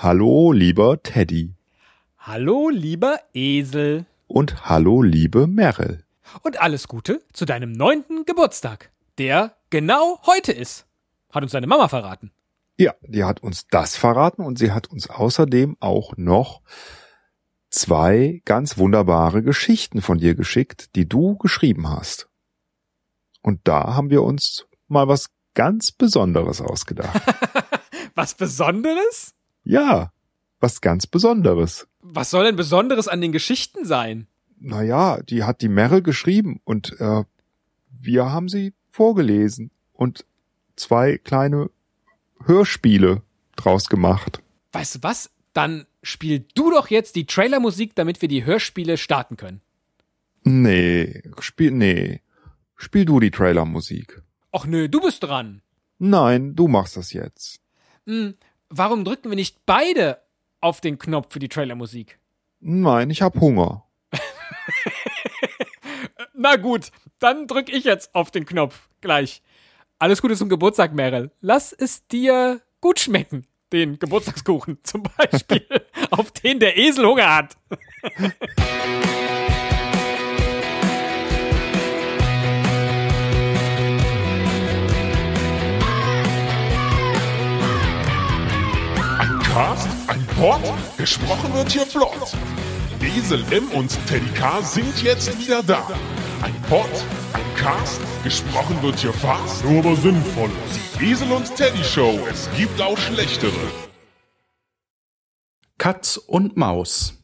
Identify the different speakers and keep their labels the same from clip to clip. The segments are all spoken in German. Speaker 1: Hallo, lieber Teddy.
Speaker 2: Hallo, lieber Esel.
Speaker 1: Und hallo, liebe Merrill.
Speaker 2: Und alles Gute zu deinem neunten Geburtstag, der genau heute ist. Hat uns deine Mama verraten.
Speaker 1: Ja, die hat uns das verraten und sie hat uns außerdem auch noch zwei ganz wunderbare Geschichten von dir geschickt, die du geschrieben hast. Und da haben wir uns mal was ganz Besonderes ausgedacht.
Speaker 2: Was Besonderes?
Speaker 1: Ja, was ganz Besonderes.
Speaker 2: Was soll denn Besonderes an den Geschichten sein?
Speaker 1: Naja, die hat die Merrill geschrieben und äh, wir haben sie vorgelesen und zwei kleine Hörspiele draus gemacht.
Speaker 2: Weißt du was? Dann spiel du doch jetzt die Trailermusik, damit wir die Hörspiele starten können.
Speaker 1: Nee, spiel, nee. Spiel du die Trailermusik.
Speaker 2: Och nö, du bist dran.
Speaker 1: Nein, du machst das jetzt.
Speaker 2: Hm, warum drücken wir nicht beide auf den Knopf für die Trailermusik?
Speaker 1: Nein, ich hab Hunger.
Speaker 2: Na gut, dann drück ich jetzt auf den Knopf gleich. Alles Gute zum Geburtstag, Meryl. Lass es dir gut schmecken. Den Geburtstagskuchen zum Beispiel, auf den der Esel Hunger hat.
Speaker 3: Ein Cast, ein Pod, gesprochen wird hier flott. Esel M und Teddy K sind jetzt wieder da. Ein Pod, ein Cast, gesprochen wird hier fast, nur aber sinnvoll. Die Esel und Teddy Show, es gibt auch schlechtere.
Speaker 4: Katz und Maus.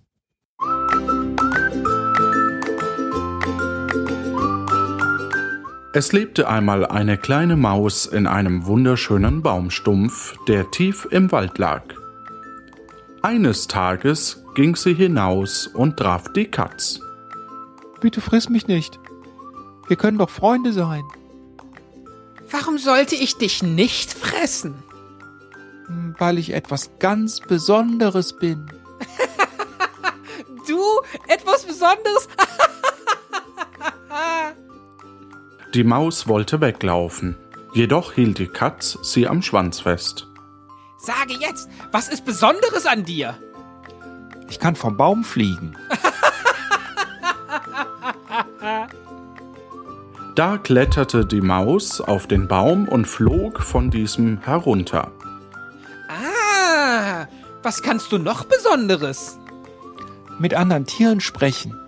Speaker 4: Es lebte einmal eine kleine Maus in einem wunderschönen Baumstumpf, der tief im Wald lag. Eines Tages ging sie hinaus und traf die Katz.
Speaker 1: Bitte friss mich nicht. Wir können doch Freunde sein.
Speaker 5: Warum sollte ich dich nicht fressen?
Speaker 1: Weil ich etwas ganz Besonderes bin.
Speaker 5: Du, etwas Besonderes?
Speaker 4: Die Maus wollte weglaufen, jedoch hielt die Katz sie am Schwanz fest.
Speaker 2: Sage jetzt, was ist Besonderes an dir?
Speaker 1: Ich kann vom Baum fliegen.
Speaker 4: Da kletterte die Maus auf den Baum und flog von diesem herunter.
Speaker 2: Ah, was kannst du noch Besonderes?
Speaker 1: Mit anderen Tieren sprechen.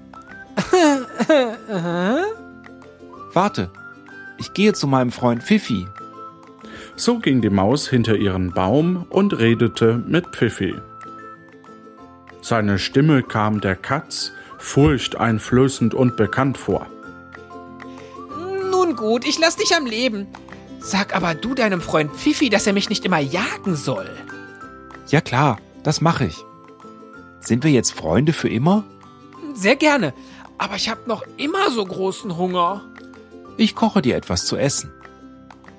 Speaker 1: Warte, ich gehe zu meinem Freund Fifi.
Speaker 4: So ging die Maus hinter ihren Baum und redete mit Pfiffi. Seine Stimme kam der Katz furchteinflößend und bekannt vor.
Speaker 5: Nun gut, ich lass dich am Leben. Sag aber du deinem Freund Pfiffi, dass er mich nicht immer jagen soll.
Speaker 1: Ja klar, das mache ich. Sind wir jetzt Freunde für immer?
Speaker 5: Sehr gerne. Aber ich hab noch immer so großen Hunger.
Speaker 1: Ich koche dir etwas zu essen.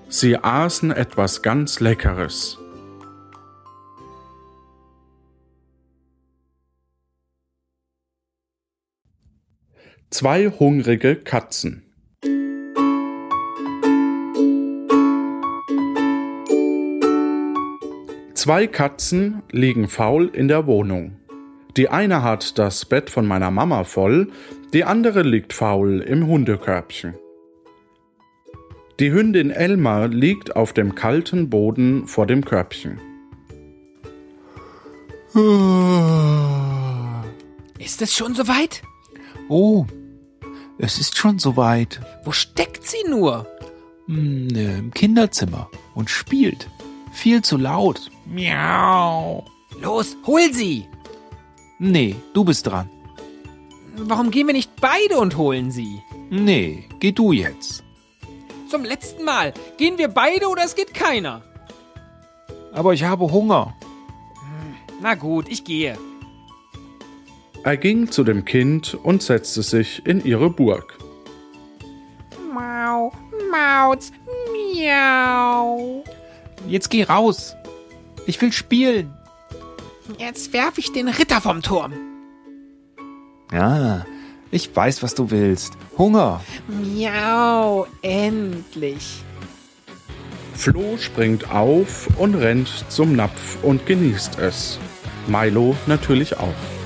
Speaker 4: Sie aßen etwas ganz Leckeres. Zwei hungrige Katzen. Zwei Katzen liegen faul in der Wohnung. Die eine hat das Bett von meiner Mama voll, die andere liegt faul im Hundekörbchen. Die Hündin Elma liegt auf dem kalten Boden vor dem Körbchen.
Speaker 5: Ist es schon soweit?
Speaker 1: Oh, es ist schon soweit.
Speaker 5: Wo steckt sie nur?
Speaker 1: Hm, äh, Im Kinderzimmer und spielt. Viel zu laut. Miau.
Speaker 5: Los, hol sie!
Speaker 1: Nee, du bist dran.
Speaker 5: Warum gehen wir nicht beide und holen sie?
Speaker 1: Nee, geh du jetzt.
Speaker 5: Zum letzten Mal. Gehen wir beide oder es geht keiner?
Speaker 1: Aber ich habe Hunger.
Speaker 5: Na gut, ich gehe.
Speaker 4: Er ging zu dem Kind und setzte sich in ihre Burg.
Speaker 5: Mau, Mauz, miau.
Speaker 1: Jetzt geh raus. Ich will spielen.
Speaker 5: Jetzt werf ich den Ritter vom Turm.
Speaker 1: Ja, ich weiß, was du willst. Hunger.
Speaker 5: Miau, endlich.
Speaker 4: Flo springt auf und rennt zum Napf und genießt es. Milo natürlich auch.